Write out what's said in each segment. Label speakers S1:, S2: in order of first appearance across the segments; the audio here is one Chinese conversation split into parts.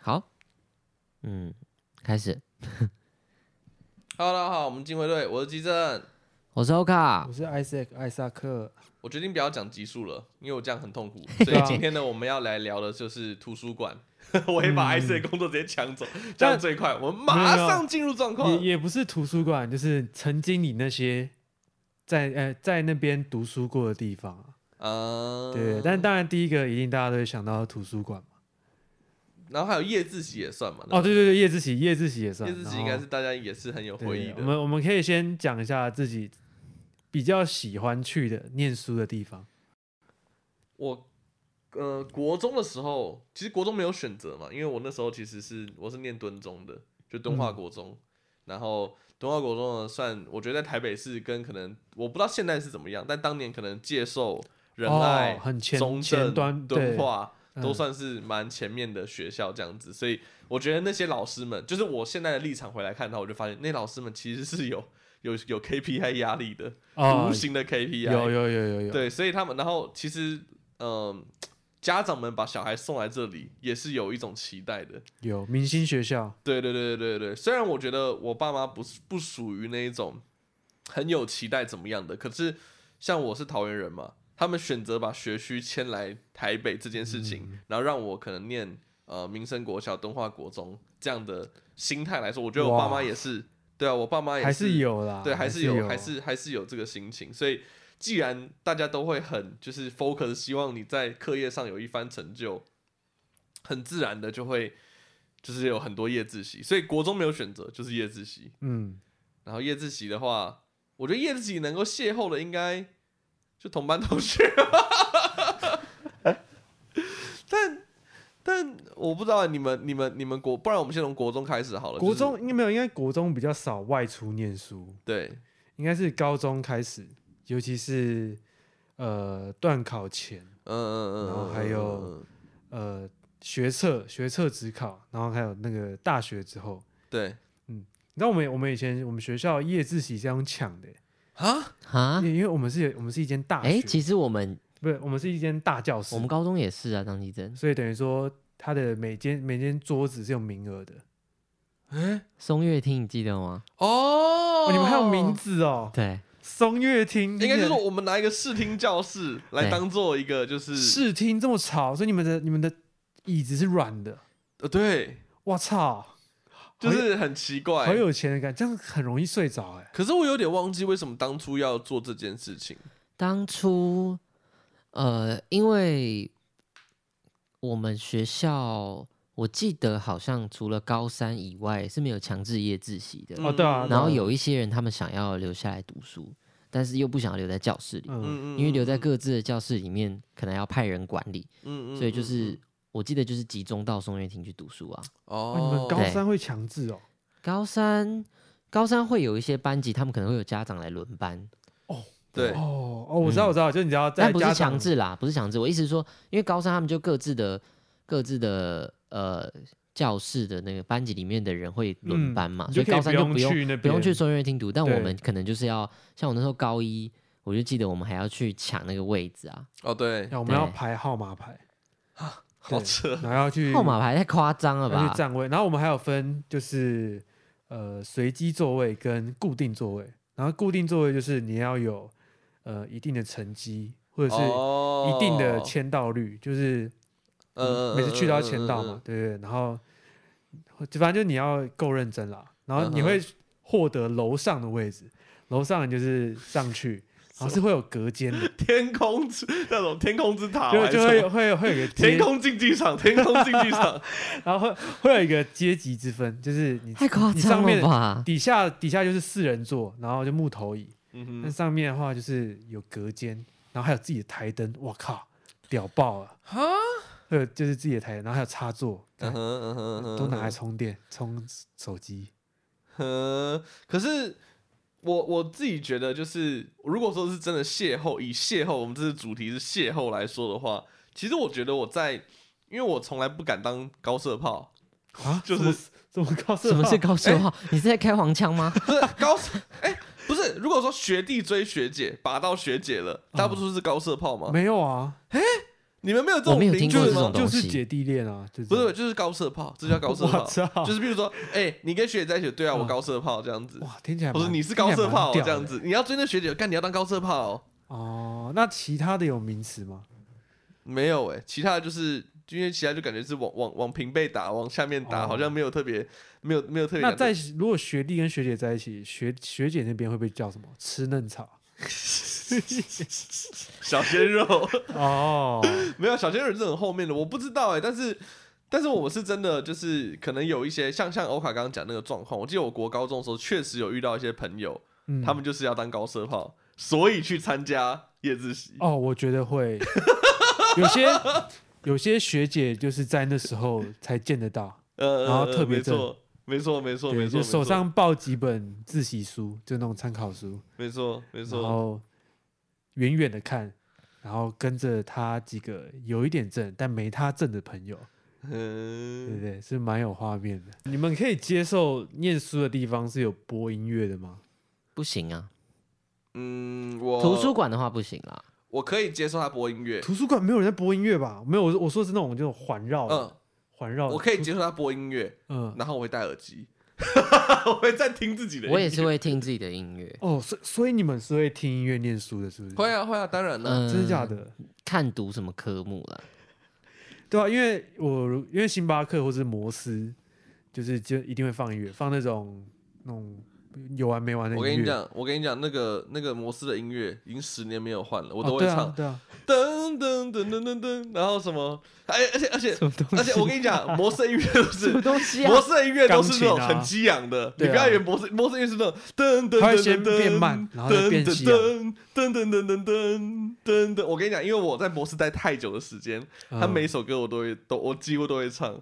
S1: 好，
S2: 嗯，开始，
S1: Hello，大家好，我们金回队，我是基正。
S2: 我是欧卡
S3: 我，是 Isaac 艾萨克，
S1: 我决定不要讲集数了，因为我这样很痛 苦。所
S3: 对
S1: 以
S3: 啊
S1: 今天呢，我们要来聊的就是图书馆。 我也
S3: 嗯
S1: 把 IC 的工作直接抢走，这样最快。我们马上进入状况
S3: 也。也不是图书馆，就是曾经你那些在呃在那边读书过的地方啊。
S1: 嗯，
S3: 对，但当然第一个一定大家都会想到图书馆嘛。
S1: 然后还有夜自习也算嘛？
S3: 哦，对对对，夜自习，夜自习也
S1: 吧，
S3: 算。
S1: 夜自习应该是
S3: 然
S1: 大家也是很有
S3: 后
S1: 回忆
S3: 对我
S1: 的。
S3: 们我们可以先讲一下自己比较喜欢去的念书的地方。
S1: 我呃，国中的时候，其实国中没有选择嘛，因为我那时候其实是我是念敦中的，就敦化
S3: 嗯
S1: 国中。然后敦化国中呢，算我觉得在台北市跟可能我不知道现在是怎么样，但当年可能接受仁爱、
S3: 哦、很前
S1: 中
S3: 前
S1: 正、
S3: 端
S1: 敦
S3: 对
S1: 化都
S3: 嗯
S1: 算是蛮前面的学校这样子，所以我觉得那些老师们，就是我现在的立场回来看到，我就发现那老师们其实是有有有 KPI 压力的，
S3: 哦
S1: 无，形的 KPI。
S3: 有有有有有，
S1: 对，所以他们，然后其实，嗯、家长们把小孩送来这里也是有一种期待的。
S3: 有明星学校，
S1: 对对对对对对，虽然我觉得我爸妈不是不属于那一种很有期待怎么样的，可是像我是桃园人嘛，他们选择把学区迁来台北这件事情，
S3: 嗯
S1: 然后让我可能念呃民生国小、敦化国中这样的心态来说，我觉得我爸妈
S3: 哇
S1: 也是，对啊，我爸妈也
S3: 还是有啦，
S1: 对，还是有，还
S3: 啊还
S1: 是还是有这个心情。所以，既然大家都会很就是 focus，希望你在课业上有一番成就，很自然的就会就是有很多夜自习。所以国中没有选择，就是夜自习。
S3: 嗯，
S1: 然后夜自习的话，我觉得夜自习能够邂逅的应该就同班同学， 但。但我不知道你们、你们、你们国，不然我们先从国中开始好了。哦
S3: 国
S1: 就是
S3: 中应该没有，应该国中比较少外出念书，
S1: 对，
S3: 应该是高中开始，尤其是呃段考前，
S1: 嗯嗯嗯，
S3: 然后
S1: 嗯
S3: 还
S1: 嗯
S3: 有
S1: 嗯嗯
S3: 呃学测、学测只考，然后还有那个大学之后，
S1: 对
S3: 你知道我们我们以前我们学校夜自习是要用抢的、
S1: 啊，
S2: 啊，
S3: 因为因为我们是有我们是一间大学，
S2: 哎，其实我们
S3: 不是我们是一间大教室
S2: 我，们高中也是啊，张继珍，
S3: 所以等于说它的每间每间桌子是有名额的、
S2: 松月厅，你记得吗？
S1: 哦
S3: 哦，你们还有名？字哦，
S2: 对，
S3: 松月厅
S1: 应该就是
S3: 是
S1: 说我们拿一个视听教室来
S2: 对
S1: 当做一个就是
S3: 视听这么吵，所以你们的你们的椅子是软的，
S1: 呃对，
S3: 我操！
S1: 就是很奇怪
S3: 好。有钱的感觉，这样很容易睡着哎、
S1: 可是我有点忘记为什么当初要做这件事情。
S2: 当初呃，因为我们学校，我记得好像除了高三以外是没有强制夜自习的，
S3: 哦对啊
S1: 嗯
S2: 然后有一些人他们想要留下来读书，但是又不想要留在教室里，
S3: 嗯，
S1: 嗯
S2: 因为留在各自的教室里面可能要派人管理，
S1: 嗯
S2: 所以就是我记得就是集中到松月亭去读书啊。
S3: 哦你们
S1: 哦，
S3: 高
S2: 对
S3: 三会强制哦，
S2: 高三高三会有一些班级，他们可能会有家长来轮班，
S1: 对
S3: 哦哦，我知道我知道，就你只要在
S2: 但不
S3: 家
S2: 是
S3: 长
S2: 强，制啦，不是强制。我意思是说，因为高三他们就各自的各自的呃教室的那个班级里面的人会轮班嘛，
S3: 你
S2: 所以
S3: 嗯可以
S2: 高三就
S3: 不
S2: 不用
S3: 去那
S2: 不用去
S3: 边
S2: 松月厅读，但我
S3: 对
S2: 们可能就是要像我那时候高一，我就记得我们还要去抢那个位置啊，
S1: 哦对，
S3: 那我们要
S2: 对
S3: 排号码牌，
S1: 好
S3: 对
S1: 扯。
S3: 然后要去
S2: 号码牌太夸张了
S3: 要
S2: 吧
S3: 去？站位，然后我们还有分就是呃随机座位跟固定座位，然后固定座位就是你要有呃一定的成绩或者是
S1: 哦
S3: 一定的签到率，就是
S1: 呃
S3: 嗯每次去都要签到
S1: 嗯
S3: 嘛，。
S1: 嗯嗯嗯嗯
S3: 对对对，然后就反正就你要够认真啦，然后
S1: 嗯哼
S3: 你会获得楼上的位置，楼上你就是上去，然后是会有隔间的，
S1: 天空之那种天空之塔还
S3: 就是就
S1: 什么，
S3: 会 有会有会 有一个
S1: 天
S3: 阶，
S1: 空竞技场，天空竞技场。
S3: 然后会会有一个阶级之分，就是你
S2: 太夸
S3: 你上
S2: 张了
S3: 面
S2: 吧？
S3: 底下底下就是四人座，然后就木头椅，
S1: 嗯
S3: 那
S1: 哼，
S3: 上面的话就是有隔间，然后还有自己的台灯，我靠，屌爆了！
S1: 哈，
S3: 还有就是自己的台灯，然后还有插座，
S1: 嗯哼嗯哼嗯哼，
S3: 都拿来充电、充手机。
S1: 呃，可是我我自己觉得，就是如果说是真的邂逅，以邂逅我们这次主题是邂逅来说的话，其实我觉得我在，因为我从来不敢当高射炮，
S3: 啊，
S1: 就
S3: 什么
S1: 是
S3: 什么高射
S2: 什
S1: 啊
S2: 么是
S3: 炮
S2: 高射炮？你是在开黄腔吗？
S1: 不是高射，哎、不是，如果说学弟追学姐，把到学姐了，大不就是高射炮吗？
S3: 没有啊，
S1: 你们没有这种
S2: 我没有
S1: 邻
S2: 听
S1: 居
S2: 过
S3: 就
S2: 这
S1: 吗
S2: 种
S3: 就
S2: 东
S3: 是
S2: 西
S3: 姐弟恋啊，就
S1: 不
S3: 这
S1: 是，
S3: 样，
S1: 就是高射炮，这叫高射炮
S3: 我。操，
S1: 就是比如说，哎、你跟学姐在一起，对啊，我高射炮这样子，
S3: 哇，听起来
S1: 或者
S3: 蛮
S1: 你是高射炮、哦、这样。
S3: 听起来蛮屌的
S1: 子，你要追那学姐，干你要当高射炮、哦，
S3: 哦，那其他的有名词吗？
S1: 没有哎、其他的就是因为其他就感觉是往往往平辈打，往下面打，
S3: 哦
S1: 好像没有特别没有没有特别
S3: 那
S1: 讲这。
S3: 在如果学弟跟学姐在一起，学学姐那边会被叫什么？吃 嫩草
S1: 小鲜肉
S3: 哦，
S1: 没有小鲜肉是很后面的，我不知道哎、但是。但是我们是真的，就是可能有一些像像欧卡刚刚讲那个状况，我记得我国高中的时候确实有遇到一些朋友，
S3: 嗯
S1: 他们就是要当高射炮，所以去参加夜自习。
S3: 哦，我觉得 会有些有些学姐就是在那时候才见得到，
S1: 呃，
S3: 然后哦特别
S1: 没错，没错，没错，
S3: 对，
S1: 没错，
S3: 就
S1: 没错
S3: 手上抱几本自习书，就那种参考书，
S1: 没错，没
S3: 然
S1: 错，
S3: 后远远的看，然后跟着他几个有一点正但没他正的朋友，对不
S1: 嗯，
S3: 对？是蛮有画面的。你们可以接受念书的地方是有播音乐的吗？
S2: 不行啊，
S1: 嗯，我
S2: 图书馆的话不行啦。
S1: 我可以接受他播音乐，
S3: 图书馆没有人在播音乐吧？没有，我我说是那种就是环绕的，
S1: 嗯，
S3: 环绕的。
S1: 我可以接受他播音乐，
S3: 哦嗯，
S1: 然后我会戴耳机， 我会在听自己的音乐，
S2: 我也是会听自己的音 乐，
S3: 哦，所以所以你们是会听音乐念书的，是不 是？
S1: 会啊，会啊，当然了，
S2: 嗯，
S3: 真的假？的？
S2: 看读什么科目啦？
S3: 对啊，因为我如因为星巴克或是摩斯，就是就一定会放音乐，放那种那种有完没完的音
S1: 我
S3: 乐。
S1: 跟你讲，我跟你讲，那个那个摩斯的音乐已经十年没有换了，我
S3: 哦，
S1: 都会
S3: 对
S1: 唱
S3: 啊，，对啊，
S1: 噔噔噔噔噔噔，然后什么，哎，而且而且
S3: 什么东西？啊
S1: 而且我跟你讲，摩斯的音乐都 是
S2: 东西
S1: 模式的音乐都是那种
S3: 钢琴啊
S1: 很激昂的，你
S3: 对啊
S1: 不要以为模式模式音乐是那种噔噔
S3: 它会
S1: 噔
S3: 先
S1: 噔噔，
S3: 变慢然后再变啊激昂
S1: 噔噔噔噔噔噔噔噔。我跟你讲，因为我在模式待太久的时间，他
S3: 嗯
S1: 每一首歌我都会都我几乎都会唱，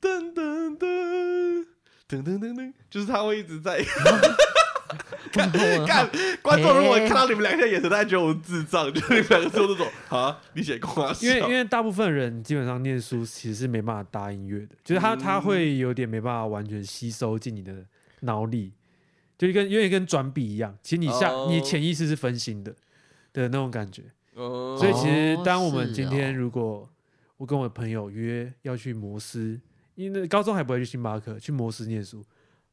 S1: 噔噔噔噔噔噔噔，就是他会一直在看看观众，如果看到你们两个的眼神，他觉得我智障，就是你们两个说这 种啊，你写空啊，
S3: 因为因为大部分人基本上念书其实是没办法搭音乐的，就是
S1: 嗯
S3: 他他会有点没办法完全吸收进你的脑里，就跟有点跟转笔一样，其实你下、
S1: 哦
S3: 你潜意识是分心的的那种感觉。
S1: 哦
S3: 所以其实当我们
S2: 是
S3: 今天
S2: 哦
S3: 如果我跟我朋友约要去摩斯，因为高中还不会去星巴克，去摩斯念书，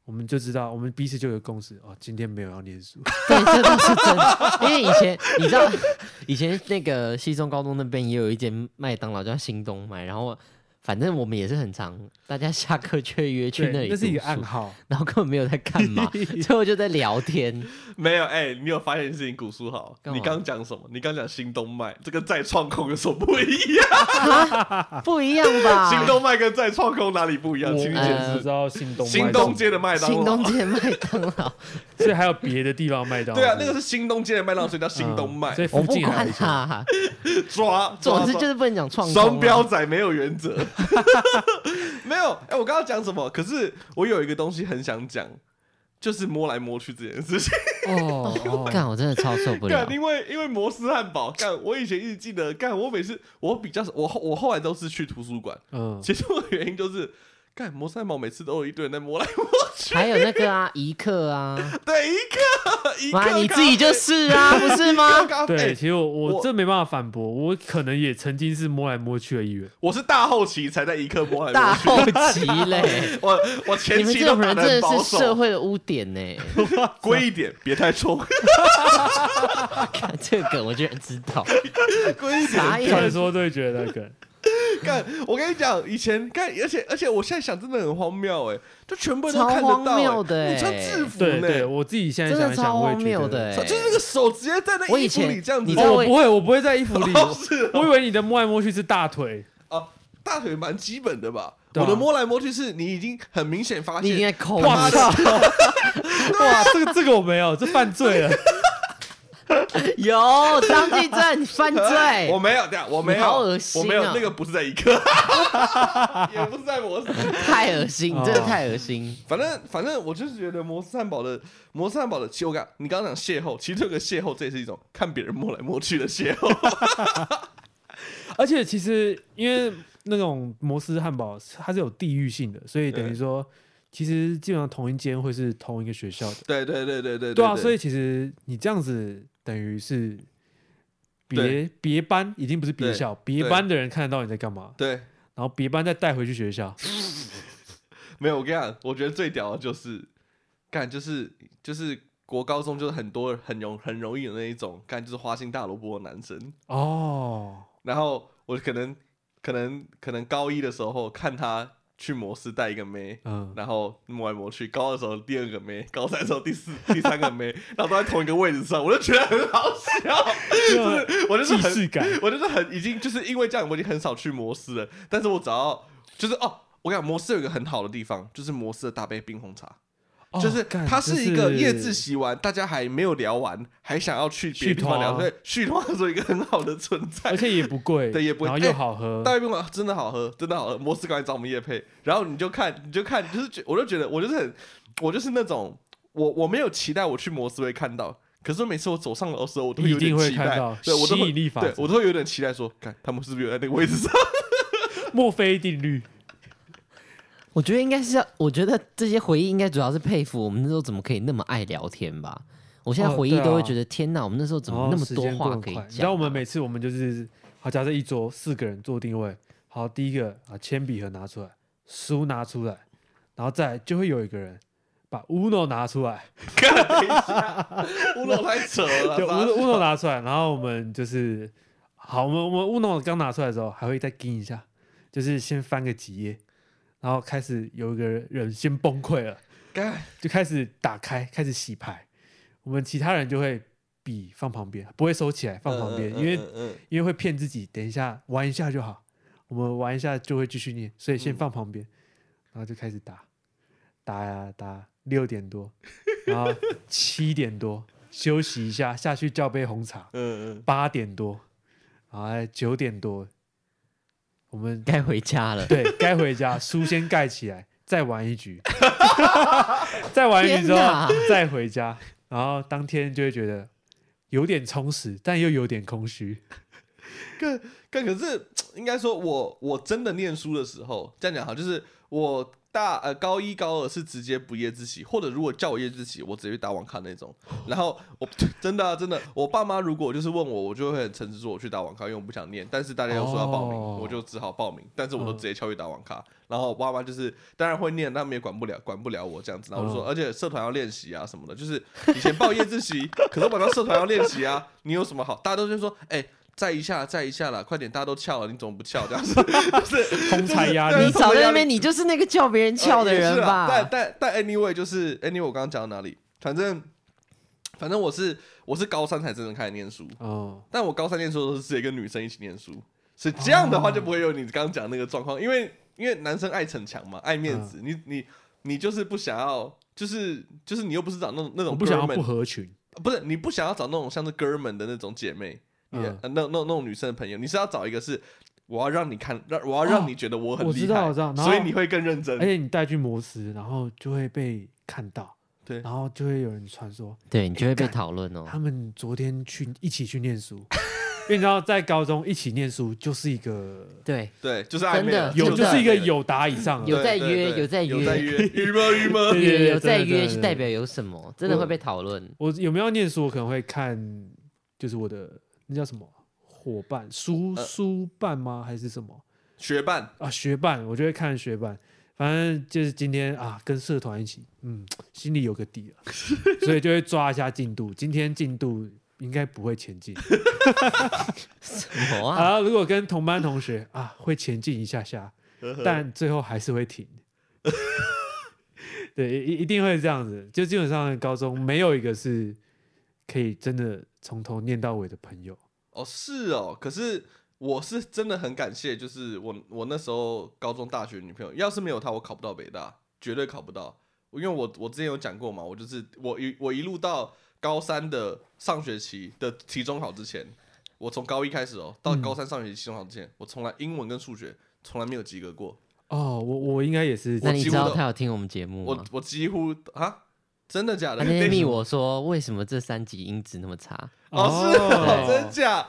S3: 我们就知道我们彼此就有共识哦，今天没有要念 书。
S2: 对，这倒是真的。因为以前你知道， 以前那个西中高中那边也有一间麦当劳叫新东麦，然后反正我们也是很常，大家下课却约去
S3: 对
S2: 那里，
S3: 那是一个暗，号。
S2: 然后根本没有在干嘛，最后就在聊天。
S1: 没有，哎、你有发现一件事情？古书豪，
S2: 干嘛
S1: 你刚讲什么？你刚讲新动脉，这跟再创控有什么不一样？
S2: 不一样吧？
S1: 新动脉跟再创控哪里不一样？
S3: 啊我
S1: 请你
S2: 呃
S1: 解
S3: 我只知
S1: 释。
S3: 道新东
S1: 新
S3: 麦
S1: 东
S3: 当
S1: 街的麦当
S2: 新
S1: 劳
S2: 东，街麦当劳，
S3: 所以还有别的地方麦当劳。
S1: 对啊，那个是新东街的麦当劳，所以叫新东
S3: 嗯
S1: 脉
S3: 所。以
S2: 我
S3: 附
S2: 不
S3: 近还有
S2: 管啊
S3: 一家
S2: 他，
S1: 抓，抓
S2: 总之就是不能讲
S1: 抓
S2: 创作啊
S1: 双标。仔没有原则。 没有，哎、我刚刚讲什么？可是我有一个东西很想讲，就是摸来摸去这件事情。
S3: 哦哦，
S2: 干，我真的超受不了
S1: 干，。 因为因为摩斯汉堡，干，我以前一直记得，干，我每次我比较我后我后来都是去图书馆。
S2: 哦
S3: 嗯，
S1: 其中的原因就是，干摩斯汉堡每次都有一堆人在摸来摸去，
S2: 还有那个啊，一克 啊，
S1: 对，一个一
S2: 妈，
S1: 个，
S2: 你自己就是啊，不是 吗？
S1: 吗
S3: 对，其实我
S1: 哎我
S3: 我这没办法反驳，我可能也曾经是摸来摸去的一员。
S1: 我是大后期才在一刻摸来
S2: 大
S1: 摸去，
S2: 后期嘞。
S1: 我我
S2: 你
S1: 前
S2: 们
S1: 期
S2: 这
S1: 都
S2: 种
S1: 打
S2: 人
S1: 得
S2: 真的
S1: 很保
S2: 是社
S1: 守，
S2: 会的污点 呢、
S1: 归一点，别 太冲，
S2: 看这个，我居然知 道，
S1: 归一
S2: 傻
S1: 点。
S2: 眼
S3: 虽然说对决那 个，
S1: 干，我跟你讲，以前干，而且而且我现在想真的很荒谬哎，就全部人都
S2: 超
S1: 看得到
S2: 荒谬的
S1: 哎，
S2: 哎
S1: 你穿制服
S3: 对对，
S1: 呢，
S3: 我自己现在
S2: 真
S3: 想
S2: 的
S3: 一
S2: 超
S3: 想，我也
S2: 荒
S3: 觉
S2: 谬
S3: 得。
S2: 的、欸。
S1: 就是那个手直接在那
S2: 我
S1: 衣
S2: 以
S1: 服
S2: 前
S1: 里这样子
S2: 你知道
S1: 哦，
S3: 哦，
S2: 我
S3: 我不会，我不会在衣服 里，
S1: 哦是
S3: 我以为你的摸来摸去是大 腿，
S1: 哦，大腿蛮基本的吧？
S3: 对啊
S1: 我的摸来摸去是你已经很明显发
S2: 你已经
S1: 现
S2: 在抠了，
S3: 哇操！ 哇，这个这个我没有，这犯罪了。
S2: 有张继正犯 罪，
S1: 我没有，这样我没
S2: 你好
S1: 有
S2: 恶，心
S1: 我
S2: 啊
S1: 没有，那个不是在一个，也不是在摩斯，
S2: 太恶心，
S3: 哦
S2: 真的太恶心。
S1: 反正反正我就是觉得摩斯汉堡的摩斯汉堡的，其实我刚你刚刚讲邂逅，其实这个邂逅这也是一种看别人摸来摸去的邂逅，
S3: 而且其实因为那种摩斯汉堡它是有地域性的，所以等于说，其实基本上同一间会是同一个学校的。
S1: 对对对对对
S3: 对啊，所以其实你这样子等于是别别班已经不是别
S1: 对
S3: 校，别
S1: 对
S3: 班的人看得到你在干嘛，
S1: 对，
S3: 然后别班再带回去学校。
S1: 没有，我跟你讲，我觉得最屌的就是，干就是就是国高中就是很多很容很容易有那一种干就是花心大萝卜的男生，
S3: 哦，
S1: 然后我可能可能可能高一的时候看他去摩斯带一个妹。
S3: 嗯，
S1: 然后摸来摸去，高二的时候第二个妹，高三的时候第四第三个妹，然后都在同一个位置上，我就觉得很好笑， 就是我就是
S3: 既
S1: 很
S3: 视感。
S1: 我就是很已经就是因为这样，我已经很少去摩斯了。但是我只要就是哦，我跟你讲摩斯有一个很好的地方，就是摩斯的大杯冰红茶，
S3: 哦
S1: 就是
S3: 干
S1: 它
S3: 这
S1: 是
S3: 是
S1: 一个夜自习完，大家还没有聊完，还想要去别的地方聊，
S3: 续团
S1: 对，续团做一个很好的存在
S3: 而。且也不贵，
S1: 对也不贵
S3: 然后又
S1: 哎
S3: 好喝
S1: 大。杯冰红茶真的好喝，真的好喝。摩斯刚来找我们夜配，然后你就看，你就看，就是觉我就觉得我就是很，我就是那种我我没有期待我去摩斯会看到。可是每次我走上楼的时候，我都会有
S3: 一定
S1: 点
S3: 会
S1: 期
S3: 看
S1: 待
S3: 到，
S1: 对我都
S3: 吸
S1: 会
S3: 引力法
S1: 对
S3: 则
S1: 我都会有点期待说，看他们是不是有在那个位置上。
S3: 墨菲定律，
S2: 我觉得应该是要，我觉得这些回忆应该主要是佩服我们那时候怎么可以那么爱聊天吧。我现在
S3: 哦
S2: 回忆
S3: 对啊
S2: 都会觉得、天哪，我们那时候怎么那
S3: 然后
S2: 么
S3: 哦时
S2: 多
S3: 间过
S2: 话
S3: 很
S2: 可以
S3: 快
S2: 讲、啊？
S3: 你知道我们每次我们就是，好，假设一桌四个人做定位，好，第一个啊，铅笔盒拿出来，书拿出来，然后再来就会有一个人把 Uno 拿出来，
S1: 看，等一下，乌龙太扯了，
S3: 就 Uno
S1: 乌
S3: Uno 拿出来，然后我们就是，好，我们我们 Uno 刚拿出来的时候，还会再盯一下，就是先翻个几页，然后开始有一个人先崩溃了。
S1: 干
S3: 就开始打开，开始洗牌。我们其他人就会笔放旁边，不会收起来放旁边，因为
S1: 嗯嗯
S3: 因为会骗自己，等一下玩一下就好，我们玩一下就会继续念，所以先
S1: 嗯
S3: 放旁边，然
S2: 嗯
S3: 后就开始打，打呀打，六点多，然后七点多休息一下，下去叫杯红茶，
S1: 嗯嗯
S3: 八点多，然后哎九点多，我们
S2: 该回家了。
S3: 对，该回家，书先盖起来，再玩一 局，再玩一局之
S2: 天
S3: 后
S2: 哪
S3: 再回家，然后当天就会觉得有点充实，但又有点空虚。
S1: 嗯，更更可是应该说我我真的念书的时候，这样讲好，就是我大呃高一高二是直接不夜自习，或者如果叫我夜自习，我直接去打网咖那 种。然后我 真的啊、真的，我爸妈如果就是问我，我就会很诚实说我去打网咖，因为我不想念。但是大家又说要报名，
S3: 哦
S1: 我就只好报名，但是我都
S3: 嗯
S1: 直接敲去打网咖。然后我爸妈就是当然会念，他们也管不了，管不了我这样子。然后我就说，
S2: 哦
S3: 嗯
S1: 而且社团要练习啊什么的，就是以前报夜自习， 可是晚上社团要练习啊，你有什么好？大家都就说，哎、再一下，再一下啦，快点，大家都翘了，你怎么不翘？这样子，就是
S3: 同才压
S1: 对啊
S3: 力
S2: 你早在那边，你就是那个叫别人 翘的人吧？
S1: 呃也是啦但但但 anyway 就是 anyway，我刚刚讲到哪里？反正反正我是我是高三才真正开始念书，
S3: 哦，
S1: 但我高三念书的时候是直接跟女生一起念书，所以这样的话就不会有你刚刚讲那个状况，因为因为男生爱逞强嘛，爱面
S3: 嗯
S1: 子，你你你就是不想要，就是就是你又不是找那种那
S3: 我
S1: 种
S3: 不想要
S1: 哥们
S3: 不合群，
S1: 不是你不想要找那种像是哥们的那种姐妹，你
S3: 嗯
S1: 呃那那那种女生的朋友，你是要找一个是我要让你看，让我要让你觉得我很
S3: 我
S1: 厉
S3: 知道，
S1: 害，
S3: 我知道。然后哎
S1: 所以你会更认真
S3: 而。且你带去摩斯，然后就会被看到，
S1: 对
S3: 然后就会有人传说
S2: 对你就会被
S3: 干
S2: 讨论哦。
S1: 哎
S3: 他们昨天去一起去念书， 因为你知道在高中一起念书就是一个
S2: 对，
S1: 对，就是暧昧了，
S2: 真的
S3: 有
S2: 真
S3: 就
S2: 的
S3: 是一个有答以上了，啊
S2: 有在
S1: 对对
S2: 约
S1: 对
S2: 有在
S1: 有
S2: 约
S1: 在约， 约吗约吗？
S3: 对对对
S2: 有有在
S3: 对对
S2: 约
S3: 对
S2: 是代表有什么，真的会被讨论。
S3: 我有没有念书，我可能会看，就是我的那叫什么伙伴书
S1: 呃
S3: 书伴吗？还是什么
S1: 学伴，
S3: 啊学伴？我就会看学伴。反正就是今天啊，跟社团一起，嗯，心里有个底了，所以就会抓一下进度。今天进度应该不会前进
S2: 什么啊？
S3: 啊。如果跟同班同学啊，会前进一下下，但最后还是会 停。对，一一定会这样子。就基本上高中没有一个是可以真的从头念到尾的朋友。
S1: 哦是哦，可是我是真的很感谢，就是我我那时候高中大学女朋友，要是没有她，我考不到北大，绝对考不到。因为我我之前有讲过嘛，我就是我一我一路到高三的上学期的期中考之前，我从高一开始哦，到
S2: 嗯
S1: 高三上学期期中考之前，我从来英文跟数学从来没有及格过，
S3: 哦，我我应该也是
S2: 那你知
S1: 几乎
S2: 道
S1: 都
S2: 他有听我们节目
S1: 我
S2: 吗？
S1: 我几乎啊，真的假
S2: 他
S1: 的？
S2: 那天密
S1: 你
S2: 我说，为什么这三级音质那么差？
S1: 哦，是哦，
S3: 哦
S1: 真假？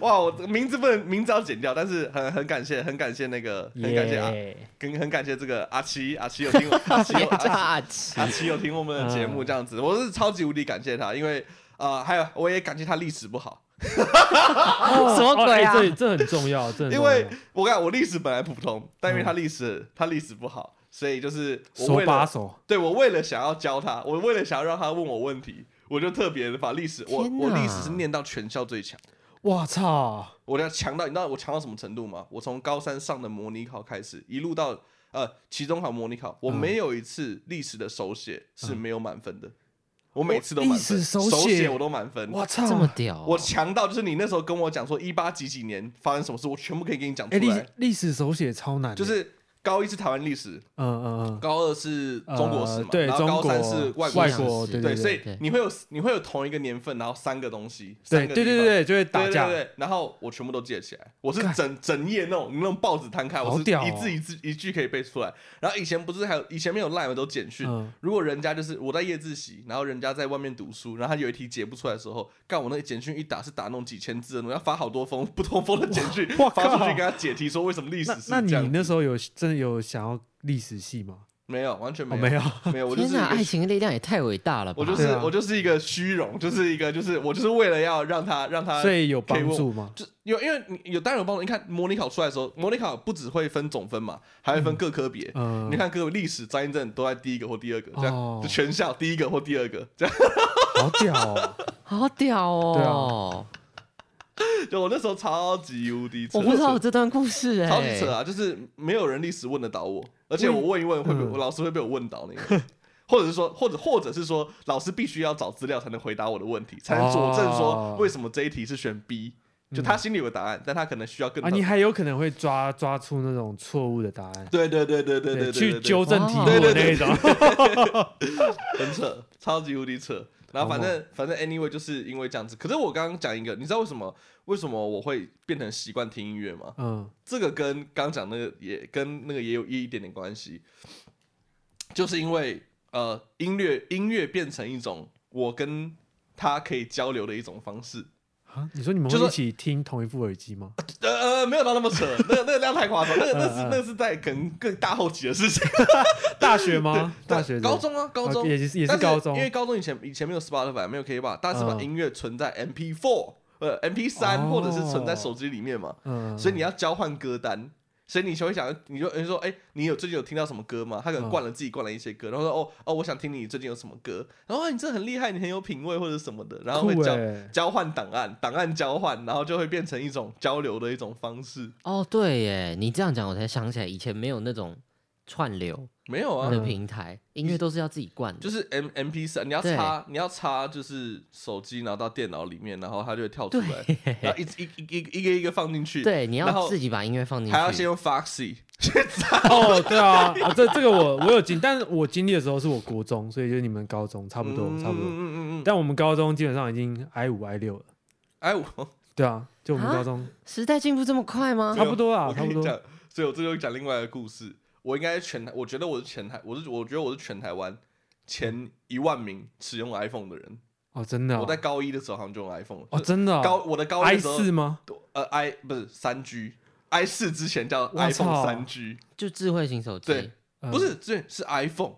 S1: 哇，我名字不能名字要剪掉，但是很很感谢，很感谢那个，很感谢啊，
S3: 耶
S1: 跟很感谢这个阿七，阿七有听我，阿 七 有 阿
S2: 差
S1: 七阿七有
S3: 嗯
S1: 听我们的节目，这样子，我是超级无敌感谢他，因为啊，呃还有我也感谢他历史不好，
S3: 哦
S2: 什 么
S3: 哦
S2: 鬼
S3: 哎
S2: 啊
S3: 这这很重要，这很
S1: 因
S3: 重要
S1: 为我看我历史本来普通，但因为
S3: 嗯
S1: 他历史他历史不好，所以就是我
S3: 手
S1: 为
S3: 把
S1: 了
S3: 手，
S1: 对我为了想要教他，我为了想要让他问我问题，我就特别的把历史我
S2: 天
S1: 我
S2: 哪
S1: 历史是念到全校最强，
S3: 我操！
S1: 我要强到你知道我强到什么程度吗？我从高三上的模拟考开始，一路到呃期中考模拟考，我
S3: 嗯
S1: 没有一次历史的手写是
S3: 嗯
S1: 没有满分的，我每次都满
S3: 历史
S1: 分，
S3: 手
S1: 手
S3: 写
S1: 写我都满分，
S3: 我操！
S2: 这么屌哦、
S1: 我强到就是你那时候跟我讲说一八几几年发生什么事，我全部可以给你讲出
S3: 哎，历史
S1: 来。
S3: 历史手写超难的，
S1: 就是高一是台湾历史，
S3: 嗯嗯
S1: 高二是
S3: 嗯，
S1: 中国史
S3: 呃
S1: 嘛，
S3: 对，
S1: 然后
S3: 中
S1: 高
S3: 国
S1: 三是外
S2: 国
S1: 国
S3: 外
S1: 史。
S3: 国，
S2: 史
S3: 对
S1: 对，
S3: 对
S1: 所
S3: 对
S1: 以
S2: 对
S1: 你会有你会有同一个年份，然后三个东西，三
S3: 对
S1: 个
S3: 对
S1: 地
S3: 对
S1: 方
S3: 对，就会
S1: 对
S3: 打
S1: 对
S3: 架
S1: 对，对，然后我全部都记得起来，我是
S3: 干
S1: 整整页那种那种报纸摊开，我
S3: 好
S1: 是
S3: 屌哦
S1: 一字一字一句可以背出来。然后以前不是还有以前没有 line 我都简讯，
S3: 嗯
S1: 如果人家就是我在夜自习，然后人家在外面读书，然后他有一题解不出来的时候，干我那个简讯一打是打那种几千字的那种，要发好多封不同封的简讯
S3: 哇
S1: 发出
S3: 靠
S1: 去，跟他解题说为什么历史
S3: 那
S1: 是
S3: 那
S1: 这样
S3: 你那
S1: 子。
S3: 时候有真的有想要历史系吗？
S1: 没有，完全
S3: 哦，
S1: 没有，啊
S3: 没有，
S1: 没有，我就
S2: 天
S1: 是一
S2: 哪，
S1: 个
S2: 爱情的力量也太伟大了吧！
S1: 我就是、
S3: 对啊
S1: 我就是一个虚荣，就是一个就是我就是为了要让他让他
S3: 所以有
S1: 可以
S3: 帮
S1: 问
S3: 助吗？
S1: 就有，因为你有当然有帮助。你看模拟考出来的时候，模拟考不只会分总分嘛，还会分各科别。
S3: 嗯，
S1: 你看各个历史、张英正都在第一个或第二个，这样、
S3: 哦
S1: 就全校第一个或第二个。这样
S3: 好屌 哦！
S2: 好屌哦、
S1: 啊就我那时候超级无敌扯，
S2: 我不知道有这段故事哎、
S1: 超级扯啊！就是没有人历史问得倒我，而且我问一问会被、
S3: 嗯
S1: 我老师会被我问倒那个。或者是说，或者或者是说，老师必须要找资料才能回答我的问题，才能佐证说
S3: 哦
S1: 为什么这一题是选 B，、就他心里有个答案，但他可能需要更
S3: 啊，
S1: 多
S3: 你还有可能会抓抓出那种错误的答案，
S1: 对对对对对对对，对
S3: 去纠正题目
S1: 对对
S3: 那
S1: 对
S3: 一种。
S1: 很扯，超级无敌扯。然后反正反正 anyway 就是因为这样子。可是我刚刚讲一个，你知道为什么为什么我会变成习惯听音乐吗？
S3: 嗯，
S1: 这个跟刚讲那个也跟那个也有一点点关系，就是因为呃音乐音乐变成一种我跟他可以交流的一种方式。
S3: 啊，你说你们
S1: 就
S3: 会
S1: 说
S3: 一起听同一副耳机吗？
S1: 呃呃，没有到那么扯，那个那个量太夸张，那个那是
S3: 嗯嗯
S1: 那是在可能更大后期的事情。
S3: 大学吗？大学的
S1: 高中啊，高中
S3: 啊也是也
S1: 但
S3: 是高中，
S1: 因为高中以前以前没有 Spotify，没有 K 吧，大家是把
S3: 嗯
S1: 音乐存在 MP four 呃 MP 三
S3: 哦
S1: 或者是存在手机里面嘛，
S3: 嗯，
S1: 所以你要交换歌单。所以你就会想，你就你就说，哎、你有最近有听到什么歌吗？他可能
S3: 嗯
S1: 灌了自己灌了一些歌，然后说，哦哦，我想听你最近有什么歌，然后、啊你这很厉害，你很有品味或者什么的，然后会
S3: 酷
S1: 交、
S3: 欸
S1: 交换档案，档案交换，然后就会变成一种交流的一种方式。
S2: 哦，对耶，你这样讲我才想起来，以前没有那种串流
S1: 没有啊，
S3: 嗯
S2: 的平台，音乐都是要自己灌的，
S1: 就是 M M P 三，你要
S2: 对
S1: 插，你要插，就是手机拿到电脑里面，然后它就会跳出来，然后一直一一一一个一个放进去，
S2: 对，你
S1: 然后
S2: 要自己把音乐放进去，
S1: 还要先用 Foxy 去插，
S3: 哦，对啊，啊这这个我我有经，但是我经历的时候是我国中，所以就是你们高中差
S1: 差
S3: 不多差不多。
S1: 嗯嗯嗯嗯。
S3: 但我们高中基本上已经 i 五 i 六了，
S1: 哎，我
S3: 对啊，就我们
S2: 啊
S3: 高中
S2: 时代进步这么快吗？
S3: 差不多啊，
S1: 哦我
S3: 差
S1: 跟
S3: 不
S1: 你
S3: 多。
S1: 讲，所以我这就讲另外一个故事。我应该是全台，我觉得我是全台，我是我觉得我是全台湾前一万名使用 iPhone 的人。
S3: 哦，真的哦
S1: 我在高一的时候好像就用 iPhone 了，就
S3: 哦，
S1: 是
S3: 真的哦
S1: 高我的高一
S3: i
S1: 的时候
S3: 四，吗？
S1: 呃 i 不是三 G，i 四之前叫
S3: 哇操
S1: iPhone 三 G。
S2: 就智慧型手
S1: 对
S2: 机，
S3: 嗯
S1: 不是，这是 iPhone，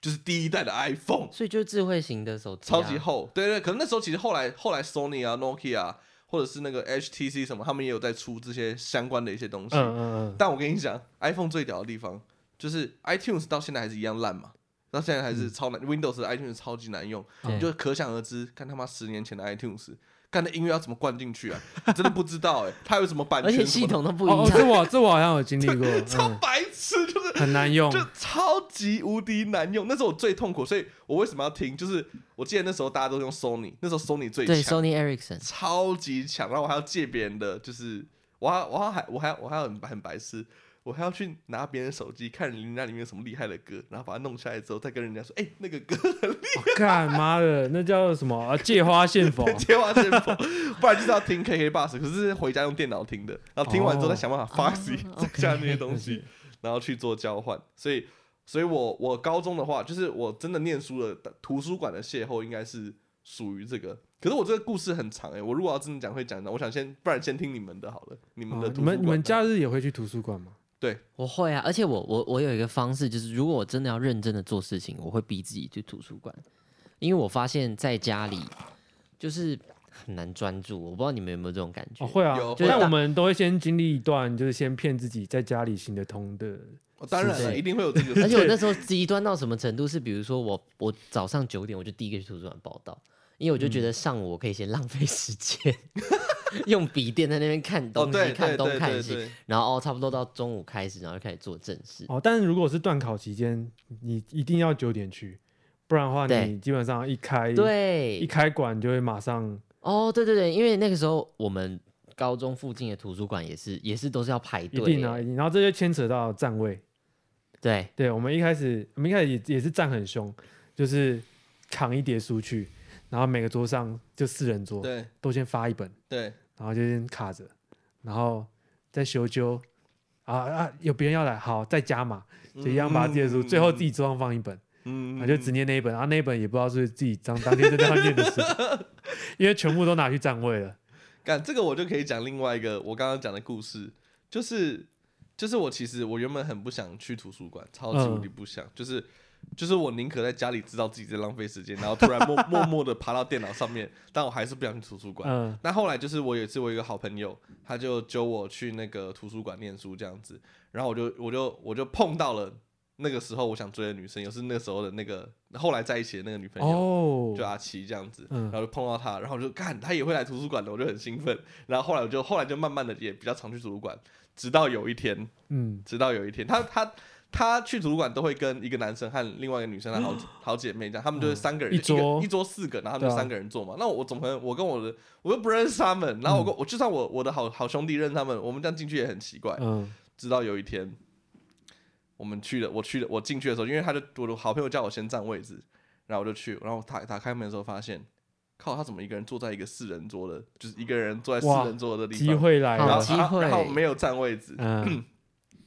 S1: 就是第一代的 iPhone，
S2: 所以就是智慧型的手机、啊，
S1: 超级厚。对对，可能那时候其实后来后来 Sony 啊、Nokia 啊或者是那个 HTC 什么，他们也有在出这些相关的一些东西。
S3: 嗯嗯嗯，
S1: 但我跟你讲，iPhone 最屌的地方就是 iTunes 到现在还是一样烂嘛，到现在还是超难、w i n d o w s 的 iTunes 超级难用，
S2: 嗯对
S1: 你就可想而知，看他妈十年前的 iTunes。干的音乐要怎么灌进去啊？你真的不知道哎、 它有什么版
S2: 而且
S1: 权什
S2: 系
S1: 么的？
S2: 统都不一
S3: 哦，哦
S2: 样。
S3: 这我这我好像有经历过，
S1: 超
S3: 嗯，
S1: 白痴，就是
S3: 很难用
S1: 就。超级无敌难用，那是我最痛苦，所以我为什么要听？就是我记得那时候大家都用 Sony，那时候 Sony 最
S2: 对
S1: 强，
S2: ，Sony Ericsson，
S1: 超级强，然后我还要借别人的，就是我还我还我还我还很很白痴，我还要去拿别人手机看人家里面有什么厉害的歌，然后把它弄下来之后再跟人家说，哎、那个歌很厉
S3: 哦干妈的，那叫什么？啊借花献佛
S1: 害，。接花先锋，不然就是要听 KK Bus，可是回家用电脑听的，然后听完之后再想办法发 o
S2: 哦
S1: 再下那些东西
S3: ，OK，
S1: 然后去做交换。所以，所以我我高中的话，就是我真的念书的图书馆的邂逅，应该是属于这个。可是我这个故事很长哎、我如果要真的讲会讲到，我想先，不然先听你们的好了，你们的
S3: 哦
S1: 图
S3: 你
S1: 书馆、
S3: 们你们假日也会去图书馆吗？
S2: 我会啊，而且我我我有一个方式，就是如果我真的要认真的做事情，我会逼自己去图书馆，因为我发现在家里就是很难专注。我不知道你们有没有这种感觉？
S3: 哦，会啊
S1: 有，
S2: 会
S3: 但
S2: 大
S3: 我们都会先经历一段，就是先骗自己在家里行得通的，
S1: 哦当然
S2: 是
S1: 了，
S2: 对
S1: 一定会有这 个
S2: 而且我那时候极端到什么程度是，比如说我我早上九点我就第一个去图书馆报道，因为我就
S1: 嗯
S2: 觉得上午我可以先浪费时间， 用笔电在那边看
S1: 哦，
S2: 东西、
S1: 对
S2: 看
S1: 对
S2: 东
S1: 对
S2: 看
S1: 对
S2: 西，
S1: 对，
S2: 然后哦差不多到中午开始，然后就开始做正事。
S3: 哦，但是如果是断考期间，你一定要九点去，不然的话，
S2: 对
S3: 你基本上一开一
S2: 对，
S3: 开馆就会马上
S2: 哦对对对，因为那个时候我们高中附近的图书馆也是也是都是要排
S3: 一
S2: 队
S3: 定
S2: 的，
S3: 啊，一定然后这就牵扯到站位。
S2: 对
S3: 对，我们一开始我们一开始也也是站很凶，就是扛一叠书去，然后每个桌上就四人桌，
S1: 对
S3: 都先发一本，
S1: 对，
S3: 然后就先卡着，然后再修纠。啊啊！有别人要来，好再加码，就一样把自己的书，最后自己桌上放一本，
S1: 嗯，
S3: 我就只念那一本，然后那一本也不知道是自己当当天真的要念的事，因为全部都拿去占位了。
S1: 干这个我就可以讲另外一个我刚刚讲的故事，就是就是我其实我原本很不想去图书馆，超级
S3: 嗯
S1: 无敌不想，就是就是我宁可在家里知道自己在浪费时间，然后突然默 默默的爬到电脑上面，但我还是不想去图书馆。
S3: 嗯，
S1: 那后来就是我有一次我有一个好朋友，他就揪我去那个图书馆念书这样子，然后我就我就我就碰到了那个时候我想追的女生，也是那时候的那个后来在一起的那个女朋友。
S3: 哦，
S1: 就阿啊奇这样子，
S3: 嗯
S1: 然后就碰到他，然后我就看他也会来图书馆的，我就很兴奋。然后后来我就后来就慢慢的也比较常去图书馆，直到有一天，
S3: 嗯，
S1: 直到有一天，他他他去图书馆都会跟一个男生和另外一个女生的好好姐妹这样，他们就是三个人、
S3: 嗯一
S1: 就个
S3: 桌
S1: 一桌四个，然后他们就
S3: 对啊
S1: 三个人坐嘛。那我怎么可能？我跟我的我又不认识他们，
S3: 嗯
S1: 然后我跟、我就算我我的好好兄弟认识他们，我们这样进去也很奇怪。
S3: 嗯，
S1: 直到有一天，我们去了，我去了，我进去的时候，因为他就我的好朋友叫我先占位置，然后我就去，然后打打开门的时候发现，靠，他怎么一个人坐在一个四人桌的，就是一个人坐在
S3: 哇
S1: 四人桌的地
S3: 机
S1: 方，
S3: 会来
S1: 然
S2: 好
S1: 后
S3: 了，
S2: 机会
S1: 然后没有占位置，
S3: 嗯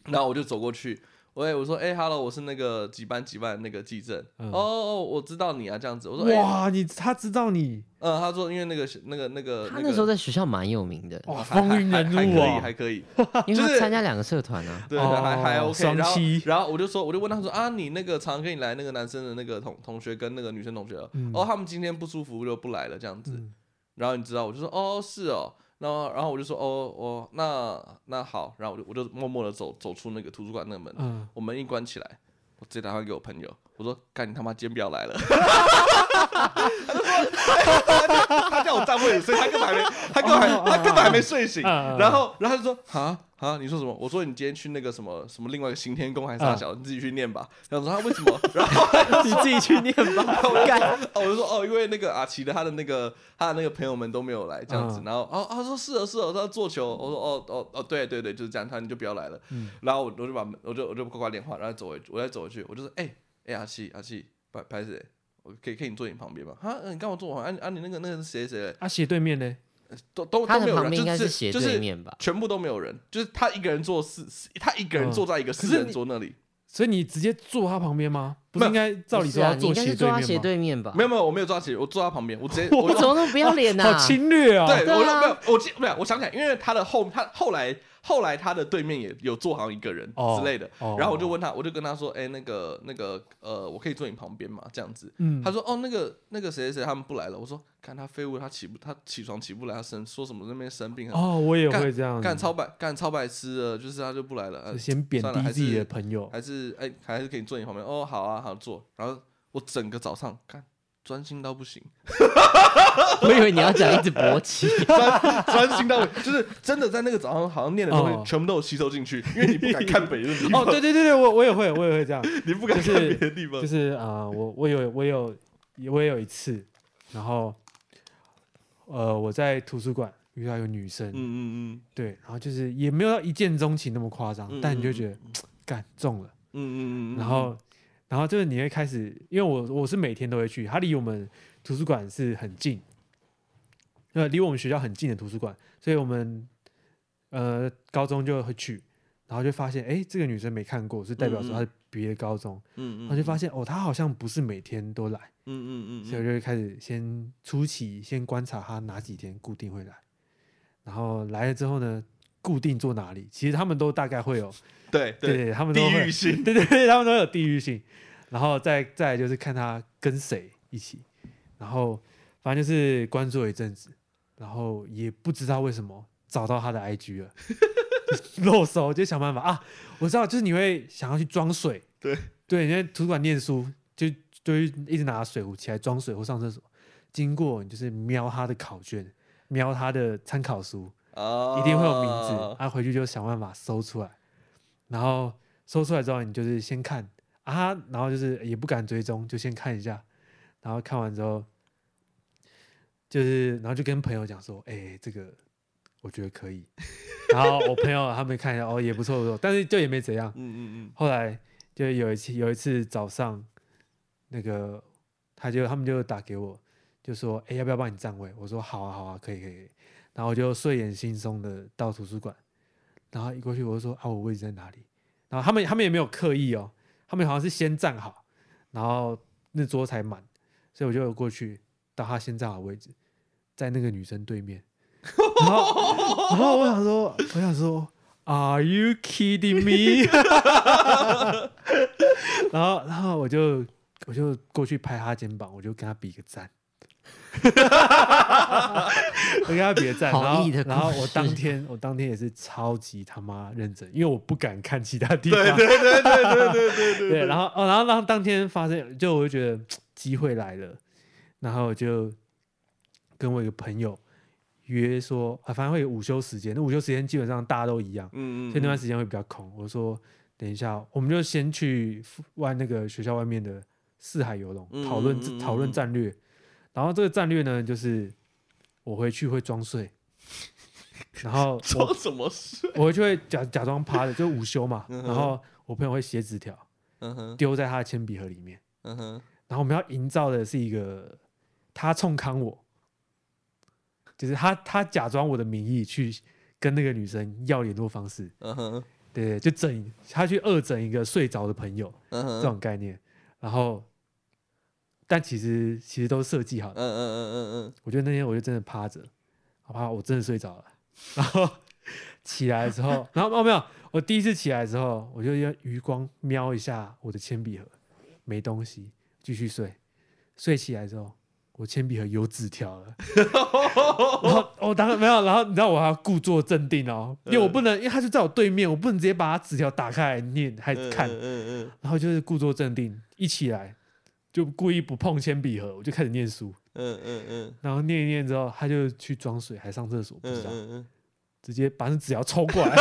S1: 然后我就走过去，喂，我说，哎、哈 h e l l o 我是那个几班几班的那个纪政，
S3: 嗯
S1: 哦哦，我知道你啊，这样子，我说，哎、
S3: 哇，你他知道你
S1: 嗯、他说因为那个那个那个，
S2: 他
S1: 呃那
S2: 那
S1: 个
S2: 时候在学校蛮有名的，
S3: 哇，
S1: 哦还
S3: 风云
S1: 还
S3: 人
S1: 还
S3: 物
S1: 还可以，还
S3: 啊，
S1: 可以。
S2: 因为
S1: 就是
S2: 他参加两个社团 啊。
S1: 对，
S3: 哦
S1: 还还 OK。
S3: 双
S1: 然后
S3: 七
S1: 然后我就说，我就问他说啊，你那个常跟你来那个男生的那个同同学跟那个女生同学了，
S3: 嗯
S1: 哦，他们今天不舒服就不来了这样子。
S3: 嗯
S1: 然后你知道，我就说哦是哦，然后然后我就说哦哦那那好，然后我就我就默默的走走出那个图书馆那个门，
S3: 嗯，
S1: 我门一关起来，我直接打电话给我朋友，我说干你他妈今天不要来了。他就说哎他叫他叫我站位，所以他根本还没，他根本还
S3: 哦哦哦
S1: 他根本还没睡醒。
S3: 嗯嗯嗯
S1: 然后，然后他就说：“啊啊，你说什么？”我说：“你今天去那个什么什么另外一个行天宫还是啥小，你自己去念吧。”然后我说：“啊他为什么？”然后
S2: 你自己去念吧， 干
S1: 哦，我就说哦，因为那个阿奇的他的那个他的那个朋友们都没有来这样子，
S3: 嗯
S1: 然后哦，他说是哦是哦，他做球，我说哦哦哦，对对对，就是这样，他你就不要来了。
S2: 嗯
S1: 然后我我就把门我就我就挂挂电话，然后走回我再走回去，我就说哎哎阿奇阿奇，拍拍谁？我可以可以你坐你旁边吗？啊，你干嘛坐我旁边？啊你啊你那个那个谁谁
S3: 啊，斜对面呢，
S1: 都都
S2: 他
S1: 都没
S2: 的
S1: 有
S2: 旁
S1: 人，
S2: 边应该
S1: 就是是
S2: 斜
S1: 就是
S2: 对面吧？
S1: 全部都没有人，就是他一个人坐四，四他一个人
S3: 嗯
S1: 坐在一个
S3: 可是
S1: 四人
S3: 你
S1: 桌那里。
S3: 所以你直接坐他旁边吗？不
S1: 没
S3: 是
S1: 有
S3: 应该照理
S2: 不
S3: 说
S2: 是
S3: 要
S2: 啊你应
S3: 坐
S2: 该是
S3: 斜
S2: 坐他斜
S3: 对面吗？
S2: 对面吧？
S1: 没有没有，我没有坐他起，我坐他旁边，我直接 我
S2: 啊你怎么那么不要脸呐？
S3: 好侵略啊！
S1: 对，
S2: 对
S1: 我就
S2: 啊
S1: 没有，我记没有，我想起来，因为他的后他后来后来他的对面也有坐好像一个人
S3: 哦
S1: 之类的，
S3: 哦
S1: 然后我就问他，我就跟他说，哎、那个那个呃，我可以坐你旁边嘛？这样子，
S3: 嗯，
S1: 他说哦，那个那个谁谁谁他们不来了，我说看他废物，他起不他起床起不来，他生说什么那边生病啊，
S3: 哦，我也会这样子，
S1: 干超白干超白痴的，就是他就不来了，呃
S3: 就先贬
S1: 算了
S3: 低
S1: 还
S3: 自己
S1: 是
S3: 的朋友，
S1: 还是哎、还是可以坐你旁边，哦好啊好坐，然后我整个早上看专心到不行。
S2: 我以为你要讲一直勃起，
S1: 专专心到位，就是真的在那个早上好像念的东
S3: 哦
S1: 西全部都有吸收进去，因为你不敢看别的地方，
S3: 哦，对对对对，我我也会，我也会 这样，
S1: 你不敢看别的地方
S3: 就。是啊、呃我我有我有我也有一次，然后呃，我在图书馆遇到一个女生，
S1: 嗯嗯
S3: 对，然后就是也没有到一见钟情那么夸张，
S1: 嗯
S3: 但你就
S1: 嗯
S3: 觉得感中了，
S1: 嗯嗯嗯嗯，
S3: 然后然后就是你会开始，因为我我是每天都会去，它离我们图书馆是很近，呃，离我们学校很近的图书馆，所以我们呃高中就会去，然后就发现哎、诶这个女生没看过，是代表
S1: 嗯
S3: 说
S1: 嗯
S3: 她是别的高中。
S1: 嗯嗯，
S3: 然后就发现哦，他好像不是每天都来，
S1: 嗯嗯嗯，
S3: 所以我就会开始先初期先观察他哪几天固定会来，然后来了之后呢，固定坐哪里，其实他们都大概会有，
S1: 对
S3: 对
S1: 对，
S3: 他们都
S1: 地
S3: 会
S1: 域，性，
S3: 对对 对，他们都有地域性，然后再再来就是看他跟谁一起，然后反正就是关注了一阵子，然后也不知道为什么找到他的 IG 了， 漏搜就想办法啊，我知道，就是你会想要去装水，
S1: 对
S3: 对，你在图书馆念书就就会一直拿水壶起来装水或上厕所，经过你就是瞄他的考卷，瞄他的参考书，
S1: 啊，
S3: 一定会有名字，他、啊、回去就想办法搜出来，然后搜出来之后，你就是先看啊，然后就是也不敢追踪，就先看一下，然后看完之后，就是然后就跟朋友讲说，哎、这个我觉得可以， 然后我朋友他们看一下，哦，也不错不错，但是就也没怎样。
S1: 嗯嗯
S3: 后来就有一次有一次早上，那个他就他们就打给我，就说：“哎、要不要帮你占位？”我说：“好啊，好啊，可以可以。可以”然后我就睡眼惺忪的到图书馆，然后一过去我就说：“啊，我位置在哪里？”然后他们他们也没有刻意哦，他们好像是先站好，然后那桌才满，所以我就过去到他先站好的位置，在那个女生对面。然后，然后我想说，我想说，Are you kidding me？然后，然后我就我就过去拍他肩膀，我就跟他比个赞， 我跟他比个赞，
S2: 好
S3: 然后
S2: 意的
S3: 然后
S2: 故
S3: 我
S2: 事
S3: 当天我当天也是超级他妈认真，因为我不敢看其他地方，
S1: 对对对对对对对
S3: 对，然后哦，然后当当天发生，就我就觉得机会来了，然后我就跟我一个朋友约说，啊，反正会有午休时间，那午休时间基本上大家都一样，
S1: 嗯嗯，
S3: 所以那段时间会比较空。我说等一下，我们就先去附外那个学校外面的四海游
S1: 嗯
S3: 龙讨论
S1: 嗯嗯
S3: 讨论
S1: 嗯
S3: 战略，然后这个战略呢，就是我回去会 装睡，然后我
S1: 装什么睡？
S3: 我回去会假假装趴着，就午休嘛，
S1: 嗯
S3: 然
S1: 哼
S3: 后我朋友会写纸条。
S1: 嗯哼
S3: 丢在他的铅笔盒里面。
S1: 嗯哼，
S3: 然后我们要营造的是一个他冲康我，就是他他假装我的名义去跟那个女生要联络方式，
S1: 嗯哼，
S3: 对对，就整他去恶整一个睡着的朋友
S1: 嗯
S3: 这
S1: 哼，
S3: 种概念。然后，但其实其实都设计好
S1: 嗯
S3: 的。
S1: 嗯嗯嗯
S3: 我觉得那天我就真的趴着，好吧，我真的睡着了。然后 起来之后，然后哦没有，我第一次起来之后，我就用余光瞄一下我的铅笔盒，没东西，继续睡。睡起来之后，我铅笔盒有纸条了。然 后我、当然没有，然后你知道我还要故作镇定哦，因为
S1: 嗯
S3: 我不能，因为他就在我对面，我不能直接把他纸条打开来念还
S1: 嗯，
S3: 看。
S1: 嗯嗯
S3: 然后就是故作镇定，一起来就故意不碰铅笔盒，我就开始念书。
S1: 嗯嗯嗯
S3: 然后念一念之后，他就去装水，还上厕所，不知
S1: 嗯
S3: 道，
S1: 嗯
S3: 直接把那纸条抽过来，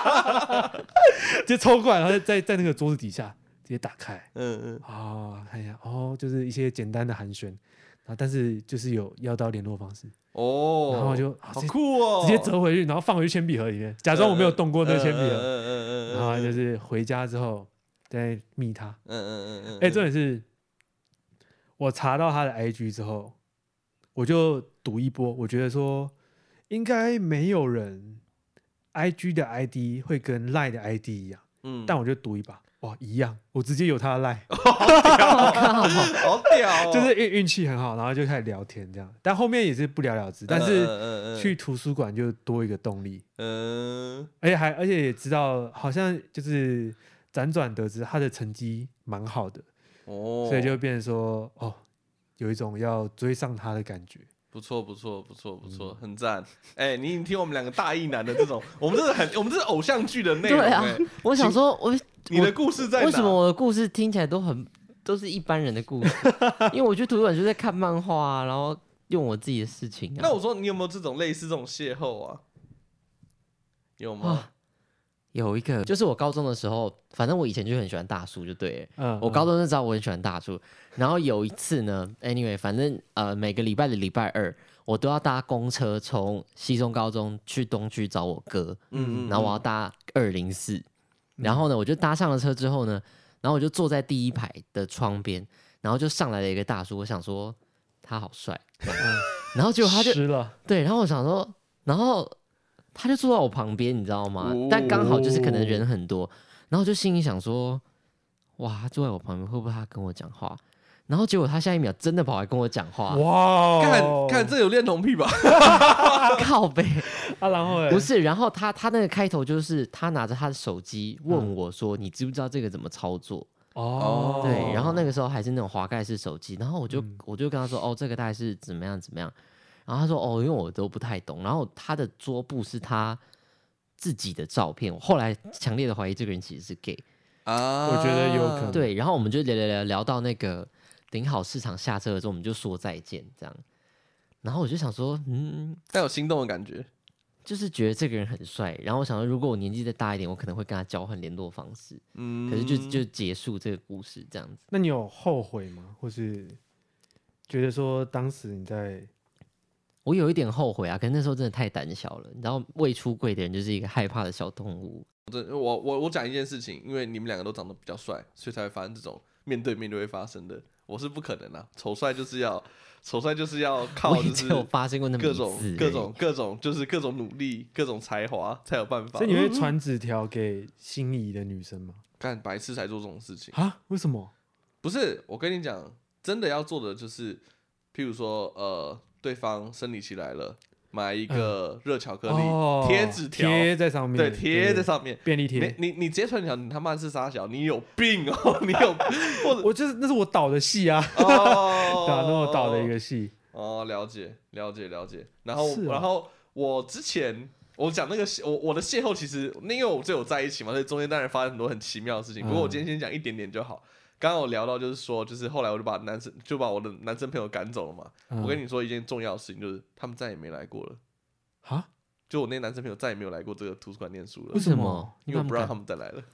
S3: 直接抽过来，然后在在那个桌子底下直接打开
S1: 嗯
S3: 啊、看一下，哦，就是一些简单的寒暄，然后但是就是有要到联络方式，
S1: 哦，
S3: 然后我就、啊
S1: 好
S3: 直接
S1: 酷哦，
S3: 直接折回去，然后放回去铅笔盒里面，假装我没有动过那个铅笔
S1: 嗯
S3: 盒，
S1: 嗯嗯，
S3: 然后就是是回家之后再密他，
S1: 嗯嗯嗯嗯，
S3: 哎、重点是，我查到他的 IG 之后，我就赌一波，我觉得说应该没有人 IG 的 ID 会跟 Line 的 ID 一样，
S1: 嗯，哦
S3: 但我就赌一把，哇，一样，我直接有他的 Line，、
S1: 好屌， 哦
S3: 就是运运气很好，然后就开始聊天这样，但后面也是不了了之，但
S1: 嗯
S3: 是
S1: 是
S3: 去图书馆就多一个动力，
S1: 嗯
S3: 而且还而且也知道，好像就是辗转得知他的成绩蛮好的，
S1: 哦，
S3: 所以就变成说，哦，有一种要追上他的感觉。
S1: 不错，不错，不错，不
S3: 嗯
S1: 错，很赞！哎、你已经听我们两个大意男的这种， 我们这是很，我们这是偶像剧的内容、
S2: 对啊
S1: 哎，
S2: 我想说，我
S1: 你的故事在哪？
S2: 为什么？我的故事听起来都很都是一般人的故事？因为我去图书馆就在看漫画、啊，然后用我自己的事情、啊。
S1: 那我说你有没有这种类似这种邂逅啊？有吗
S2: 啊？有一个，就是我高中的时候，反正我以前就很喜欢大叔，就对了。
S3: 嗯，
S2: 我高中就知道我很喜欢大叔，然后有一次呢，anyway，反正呃每个礼拜的礼拜二，我都要搭公车从西中高中去东区找我哥，
S1: 嗯
S2: 然后我
S3: 啊
S2: 要搭二零四，然后呢我就搭上了车之后呢，然后我就坐在第一排的窗边，然后就上来了一个大叔，我想说他好帅，然后结果他就
S3: 湿嗯了，
S2: 对，然后我想说，然后他就坐在我旁边，你知道吗？但刚好就是可能人很多，然后就心里想说，哇，他坐在我旁边，会不会他跟我讲话？然后结果他下一秒真的跑来跟我讲话，
S3: 哇哦
S1: 看，看这有恋童癖吧？
S2: 靠背
S3: 啊，然后
S2: 不是。然后他他那个开头就是他拿着他的手机问我说，你知不知道这个怎么操作？
S3: 哦，
S2: 对，然后那个时候还是那种滑盖式手机，然后我就、
S3: 嗯
S2: 我就跟他说，哦，这个大概是怎么样怎么样。然后他说哦，因为我都不太懂。然后他的桌布是他自己的照片，我后来强烈的怀疑这个人其实是 gay。
S1: 啊，
S3: 我觉得有可能
S2: 对，然后我们就聊聊聊聊到那个顶好市场下车的时候，我们就说再见这样。然后我就想说，嗯，
S1: 但有心动的感觉。
S2: 就是觉得这个人很帅，然后我想说，如果我年纪再大一点，我可能会跟他交换联络方式。
S1: 嗯，
S2: 可是就就结束这个故事这样子。
S3: 那你有后悔吗？或是觉得说当时你在
S2: 我有一点后悔啊，可是那时候真的太胆小了。你知道，未出柜的人就是一个害怕的小动物。
S1: 真我我我讲一件事情，因为你们两个都长得比较帅，所以才会发生这种面对面就会发生的。我是不可能啊，丑帅就是要丑帅就是要靠
S2: 我
S1: 就
S2: 也
S1: 是
S2: 只有发生过那么
S1: 各
S2: 一
S1: 种
S2: 次而已欸
S1: 各种各种就是各种努力、各种才华才有办法
S3: 所以。你会传纸条给心仪的女生吗？
S1: 干白痴才做这种事情，
S3: 啊？为什么？
S1: 不是我跟你讲，真的要做的就是，譬如说呃，对方生理期来了，买一
S2: 嗯
S1: 个热巧克
S3: 哦
S1: 力贴纸条，
S3: 贴在上面，
S1: 对，贴在
S3: 对
S1: 上面。
S3: 便利
S1: 你
S3: 贴。
S1: 你你直接传一条，你他妈是傻小，你有病哦， 你有或者
S3: 我就是那是我导的戏啊，
S1: 哦，
S3: 对啊，那我导的一个戏。
S1: 哦，了解，了解，了解。然后，
S3: 是啊
S1: 然后我之前我讲那个邂我我的邂逅，其实那因为我们最有在一起嘛，所以中间当然发生很多很奇妙的事
S3: 嗯
S1: 情。不过我今天先讲一点点就好。刚刚我聊到就是说，就是后来我就把男生就把我的男生朋友赶走了嘛。我跟
S3: 你
S1: 你说一件重要的事情，就是他们再也没来过了。
S3: 啊，
S1: 就我那男生朋友再也没有来过这个图书馆念书了
S3: 为，什
S2: 什
S3: 么？
S1: 因为我
S2: 你
S1: 不
S2: 干
S1: 让
S2: 嘛
S1: 他们再来了。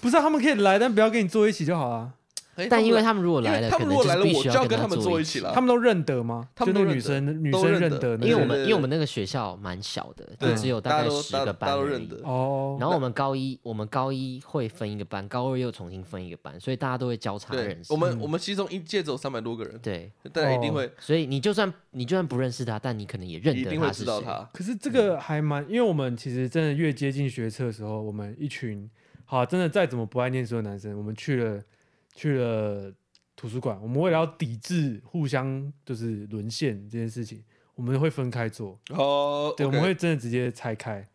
S3: 不是啊他们可以来，但不要跟你坐一起就好啊了。
S1: 哎
S2: 但因为
S1: 他
S2: 他们如果
S1: 们
S2: 来
S1: 因为
S2: 了，
S1: 他
S2: 可
S1: 们
S2: 能
S1: 如果来了，
S2: 就是必
S1: 我
S2: 须
S1: 就
S2: 要
S1: 跟
S2: 他
S1: 们坐
S2: 坐
S1: 一
S2: 起
S1: 起。了。
S3: 啊他们都认得吗？
S1: 他们
S3: 就那
S1: 都
S3: 女
S1: 认得
S3: 生女
S1: 都
S3: 生
S1: 认
S3: 认
S1: 得
S3: 得那
S2: 因为我
S3: 个
S1: 对对
S2: 们
S1: 对
S2: 因为我们那个学校蛮小的，
S1: 对
S2: 只有
S1: 大
S2: 大
S1: 家
S2: 概
S1: 都
S2: 十
S1: 大家
S2: 个班
S1: 大家都
S2: 而
S1: 认
S2: 已
S1: 得。
S3: 哦，
S2: 然后我们高一，我们高一会分一个班，高二又重新分一个班，所以大家都会交叉
S1: 对
S2: 认，识。
S1: 我们我们其中一届只有三百多个人，
S2: 对，
S1: 大家一定会
S2: 所以你就算你就算不认识他，但你可能也认
S1: 一
S2: 得
S1: 定会
S2: 是
S1: 知道
S2: 谁。
S1: 他。
S3: 可是这个还蛮，因为我们其实真的越接近学测的时候，我们一群好真的再怎么不爱念书的男生，我们去了去了图书馆，我们为了要抵制互相就是沦陷这件事情，我们会分开做，
S1: 哦，
S3: 对
S1: OK
S3: 我们会真的直接拆开，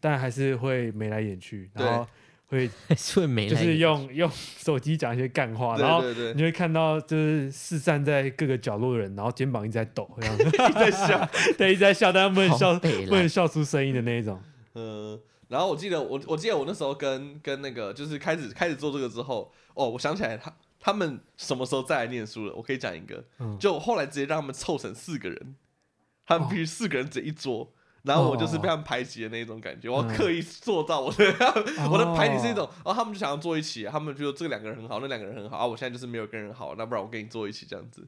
S3: 但还是会眉来眼去，
S1: 对
S3: 然后会
S2: 所以没
S3: 就
S2: 来
S3: 是
S2: 由
S3: 用用手机讲一些干话，然后
S1: 对对
S3: 你
S1: 对，
S3: 会看到就是四散在各个角落的人，然后肩膀一直在抖，这样子，
S1: 一直在笑。
S3: 对，一直在笑，但他们
S2: 好
S3: 笑，
S2: 北
S3: 不能
S2: 啦，
S3: 笑出声音的那一种。
S1: 嗯，然后我记得我我记得我那时候跟跟那个就是开始开始做这个之后，哦，我想起来他他们什么时候再来念书了？我可以讲一个，
S3: 嗯
S1: 就我后来直接让他们凑成四个人，他们必须四个人只一桌。然后我就是被他们排挤的那种感觉，我要
S3: 嗯
S1: 刻意做到我的、 我的排挤是一
S3: 哦
S1: 种，然后他们就想要坐一起，他们觉得这两个人很好，那两个人很好啊，我现在就是没有跟人好，那不然我跟你坐一起这样子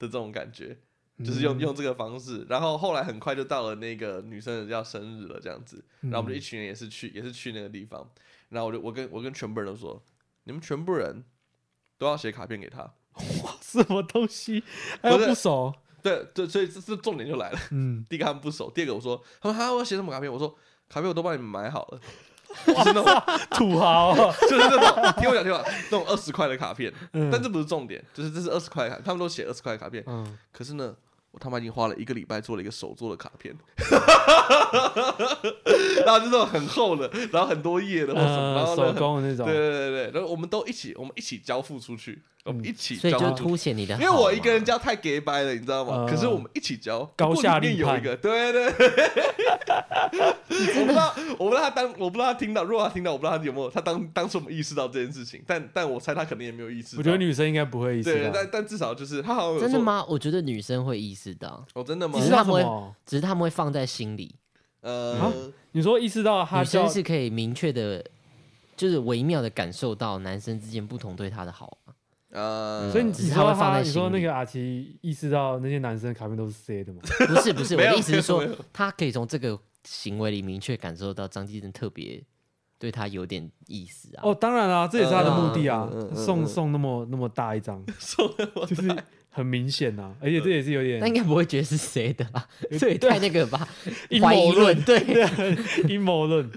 S1: 的这种感觉。就是用
S3: 嗯
S1: 用这个方式，然后后来很快就到了那个女生要生日了，这样子，
S3: 嗯
S1: 然后我们就一群人也是去，也是去那个地方，然后我就我跟我跟全部人都说，你们全部人都要写卡片给他，
S3: 什么东西，还
S1: 不
S3: 有
S1: 是
S3: 不熟，
S1: 对对，所以这这重点就来了，
S3: 嗯，
S1: 第一个他们不熟，第二个我说他们哈我要写什么卡片，我说卡片我都帮你们买好了， 就是那种
S3: 土豪，
S1: 就是那种听我讲听我讲那种二十块的卡片，
S3: 嗯
S1: 但这不是重点，就是这是二十块的卡，他们都写二十块的卡片，
S3: 嗯，
S1: 可是呢，我他妈已经花了一个礼拜做了一个手做的卡 片，然后就这种很厚的，然后很多页的或什么，然后
S3: 呃
S1: 呢
S3: 手工的
S1: 对
S3: 那种，
S1: 对对对，然后我们都一起，我们一起交付出去，
S3: 嗯
S1: 我们一起
S2: 所以
S1: 交
S2: 就
S1: 付出去。
S2: 凸显你的好
S1: 因
S2: 嘛。
S1: 为我一个人交太 gay 掰了，你知道吗？
S3: 呃
S1: 可是我们一起交，
S3: 高
S1: 不过
S3: 下
S1: 里面
S3: 立
S1: 有一
S3: 判
S1: 个，对对对， 我不知道，我不知道他当，我不知道他听到，如果他听到，我不知道他有没有，他当当初有没有意识到这件事情，但但我猜他肯定也没有意识到。
S3: 我觉得女生应该不会意识
S1: 对，
S3: 到
S1: 但，但至少就是他好像有
S2: 真的
S1: 说？
S2: 吗？我觉得女生会意识到，
S1: 哦，真的吗
S3: 意
S2: 只？
S3: 识
S2: 是
S3: 到
S2: 他
S3: 什
S2: 们会
S3: 么？
S2: 只是他们会放在心里。
S3: 啊
S1: 呃，
S3: 你说意识到他
S2: 女
S3: 叫
S2: 生是可以明确的，就是微妙的感受到男生之间不同对她的好。
S1: 呃，
S3: 所以你
S2: 只是
S3: 你
S2: 他
S3: 说
S2: 会放
S3: 他，
S2: 在
S3: 你说
S2: 心里
S3: 那个阿奇意识到那些男生的卡片都是 C 的吗？
S2: 不是 不是，我
S1: 没有
S2: 的意思是
S1: 没
S2: 说
S1: 有没有，
S2: 他可以从这个行为里明确感受到张继正特别对他有点意思啊。
S3: 哦，当然啦，这也是他的目的啊
S1: 嗯嗯嗯嗯，嗯
S3: 送送那么那么大一张，
S1: 送了我
S3: 就是很明显呐，而且这也是有点
S2: 但应该不会觉得是谁的 啦，
S3: 有
S2: 这也
S3: 对
S1: 啊
S2: 太那个吧
S3: 阴，谋
S2: 怀疑论
S3: 论 啊
S2: 对。
S3: 阴谋论，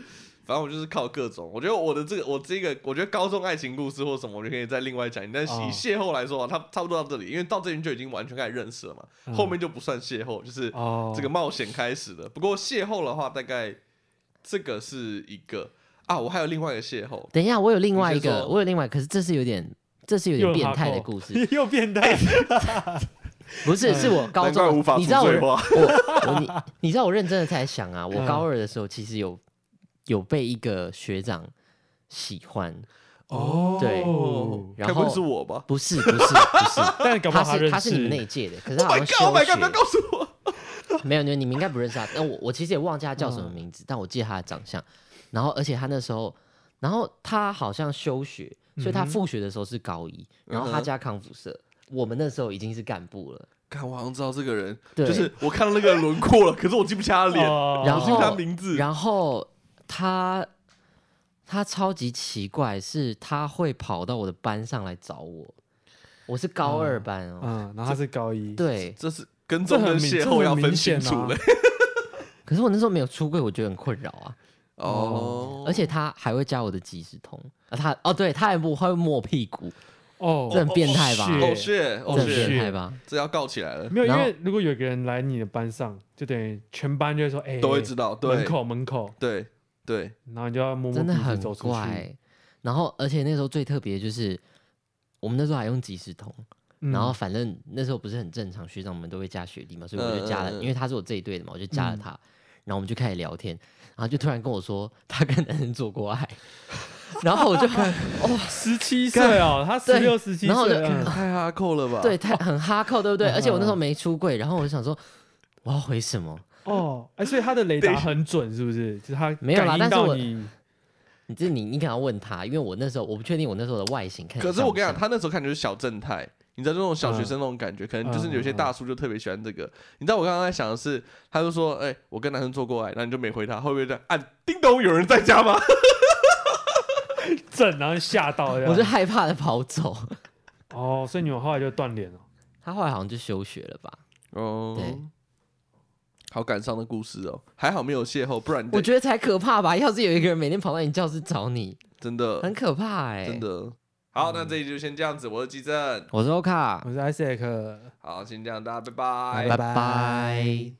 S1: 反正我就是靠各种。我觉得我的这个，我这个，我觉得高中爱情故事或什么，我就可以再另外讲。但是以
S3: 哦
S1: 邂逅来说啊，它差不多到这里，因为到这边就已经完全开始认识了嘛，
S3: 嗯
S1: 后面就不算邂逅，就是
S3: 哦，
S1: 这个冒险开始了。不过邂逅的话，大概这个是一个啊，我还有另外一个邂逅。
S2: 等一下，我有另外一
S1: 你先
S2: 个，
S1: 说
S2: 我有另外，可是这是有点，这是有
S3: 又
S2: 点变
S3: 很
S2: 态的哎
S3: hardcore
S2: 故事。
S3: 又变态，
S2: 不是，是我高
S1: 哎难怪
S2: 中
S1: 无法
S2: 的，你知道我
S1: 组队化
S2: 我我你你知道我认真的在想啊，我
S3: 嗯
S2: 高二的时候其实有有被一个学长喜欢，
S3: 哦
S2: 对
S1: 哦，
S2: 然
S1: 该不会
S2: 后
S1: 是我吧
S2: 不是不是不 是，
S3: 但搞不
S2: 他
S3: 好认
S2: 是
S3: 识
S2: 他是你们那一届的，可是他
S1: ？Oh
S2: 好
S1: my
S2: 像
S1: god! Oh my god! 不要
S2: 休
S1: 告诉我！
S2: 学，没有没有，你们应该不认识他。但我我其实也忘记他叫什么名字，
S3: 嗯
S2: 但我记得他的长相。然后而且他那时候，然后他好像休学，所以他
S3: 嗯哼
S2: 复学的时候是高一，然后
S1: 嗯
S2: 他
S1: 哼
S2: 加康复社。我们那时候已经是干部了，
S1: 看，我好像知道这个人，
S2: 对
S1: 就是我看到那个轮廓了，可是我记不起他的脸，
S3: 哦
S2: 然
S1: 我记不
S2: 后
S1: 起他名字。
S2: 然后他他超级奇怪，是他会跑到我的班上来找我。我是高二班哦，
S3: 嗯，然后他是高一，
S2: 对。
S1: 这是跟
S3: 这
S1: 踪
S3: 很
S1: 跟
S3: 明
S1: 邂
S3: 这
S1: 逅
S3: 很
S1: 要分
S3: 明
S1: 清
S3: 显
S1: 楚
S3: 啊
S1: 嘞。
S2: 可是我那时候没有出柜，我觉得很困扰啊。
S1: 哦，
S2: 而且他还会加我的即时通啊，他哦，对，他还不会摸我屁股，
S3: 哦，
S2: 这很变态吧？
S3: 是
S1: 哦是
S2: 这
S1: 哦
S2: 很
S1: 是，
S2: 变态吧？
S1: 这要告起来了，
S3: 没有，因
S2: 然后
S3: 为如果有个人来你的班上，就等于全班就会说，哎，
S1: 都会知道，
S3: 门
S1: 对
S3: 口门口，
S1: 对对，
S3: 然后你就要摸摸
S2: 真的
S3: 鼻子
S2: 很
S3: 走出去，
S2: 怪。然后，而且那时候最特别的就是，我们那时候还用即时通，
S3: 嗯
S2: 然后反正那时候不是很正常，学长们都会加学弟嘛，所以我就加了，
S1: 嗯嗯嗯嗯
S2: 因为他是我这一队的嘛，我就加了他。然后我们就开始聊天，然后就突然跟我说他跟男生做过爱， 然后我 就哦
S3: 十七岁哦，他十六十七
S2: 然后我就
S3: 岁，嗯
S1: 太哈扣了吧？
S2: 对，太很哈扣，对不对？
S3: 嗯
S2: 而且我那时候没出柜，然后我就想说我要回什么？
S3: 哦，哎，所以他的雷达很准，是不是？就是他
S2: 没有啦
S3: 感应
S2: 但是
S3: 到
S2: 我
S3: 你，
S2: 你这你你可能要问他，因为我那时候我不确定我那时候的外形看起来
S1: 可是
S2: 像
S1: 我
S2: 不
S1: 跟你讲，
S2: 像
S1: 他那时候看起来就是小正太，你知道就那种小学
S2: 嗯
S1: 生那种感觉，可能就是有些大叔就特别喜欢这个。你知道我刚刚在想的是，他就说：“哎、我跟男生做过爱。”然后你就没回他，会不会在按叮咚有人在家吗？
S3: 震，然后吓到这样，
S2: 我就
S1: 啊
S2: 害怕的跑走。
S3: 哦，所以你们后来就断联了。
S2: 他后来好像就休学了吧？
S1: 哦
S2: 对，
S1: 好感伤的故事哦，还好没有邂逅，不然你
S2: 我觉得才可怕吧！要是有一个人每天跑到你教室找你，
S1: 真的
S2: 很可怕哎、
S1: 真，的好，那这一集就先这样子，我是基正，
S2: 我是 Oka，
S3: 我是 Isaac，
S1: 好，先这样，大家拜
S2: 拜
S1: 拜
S2: 拜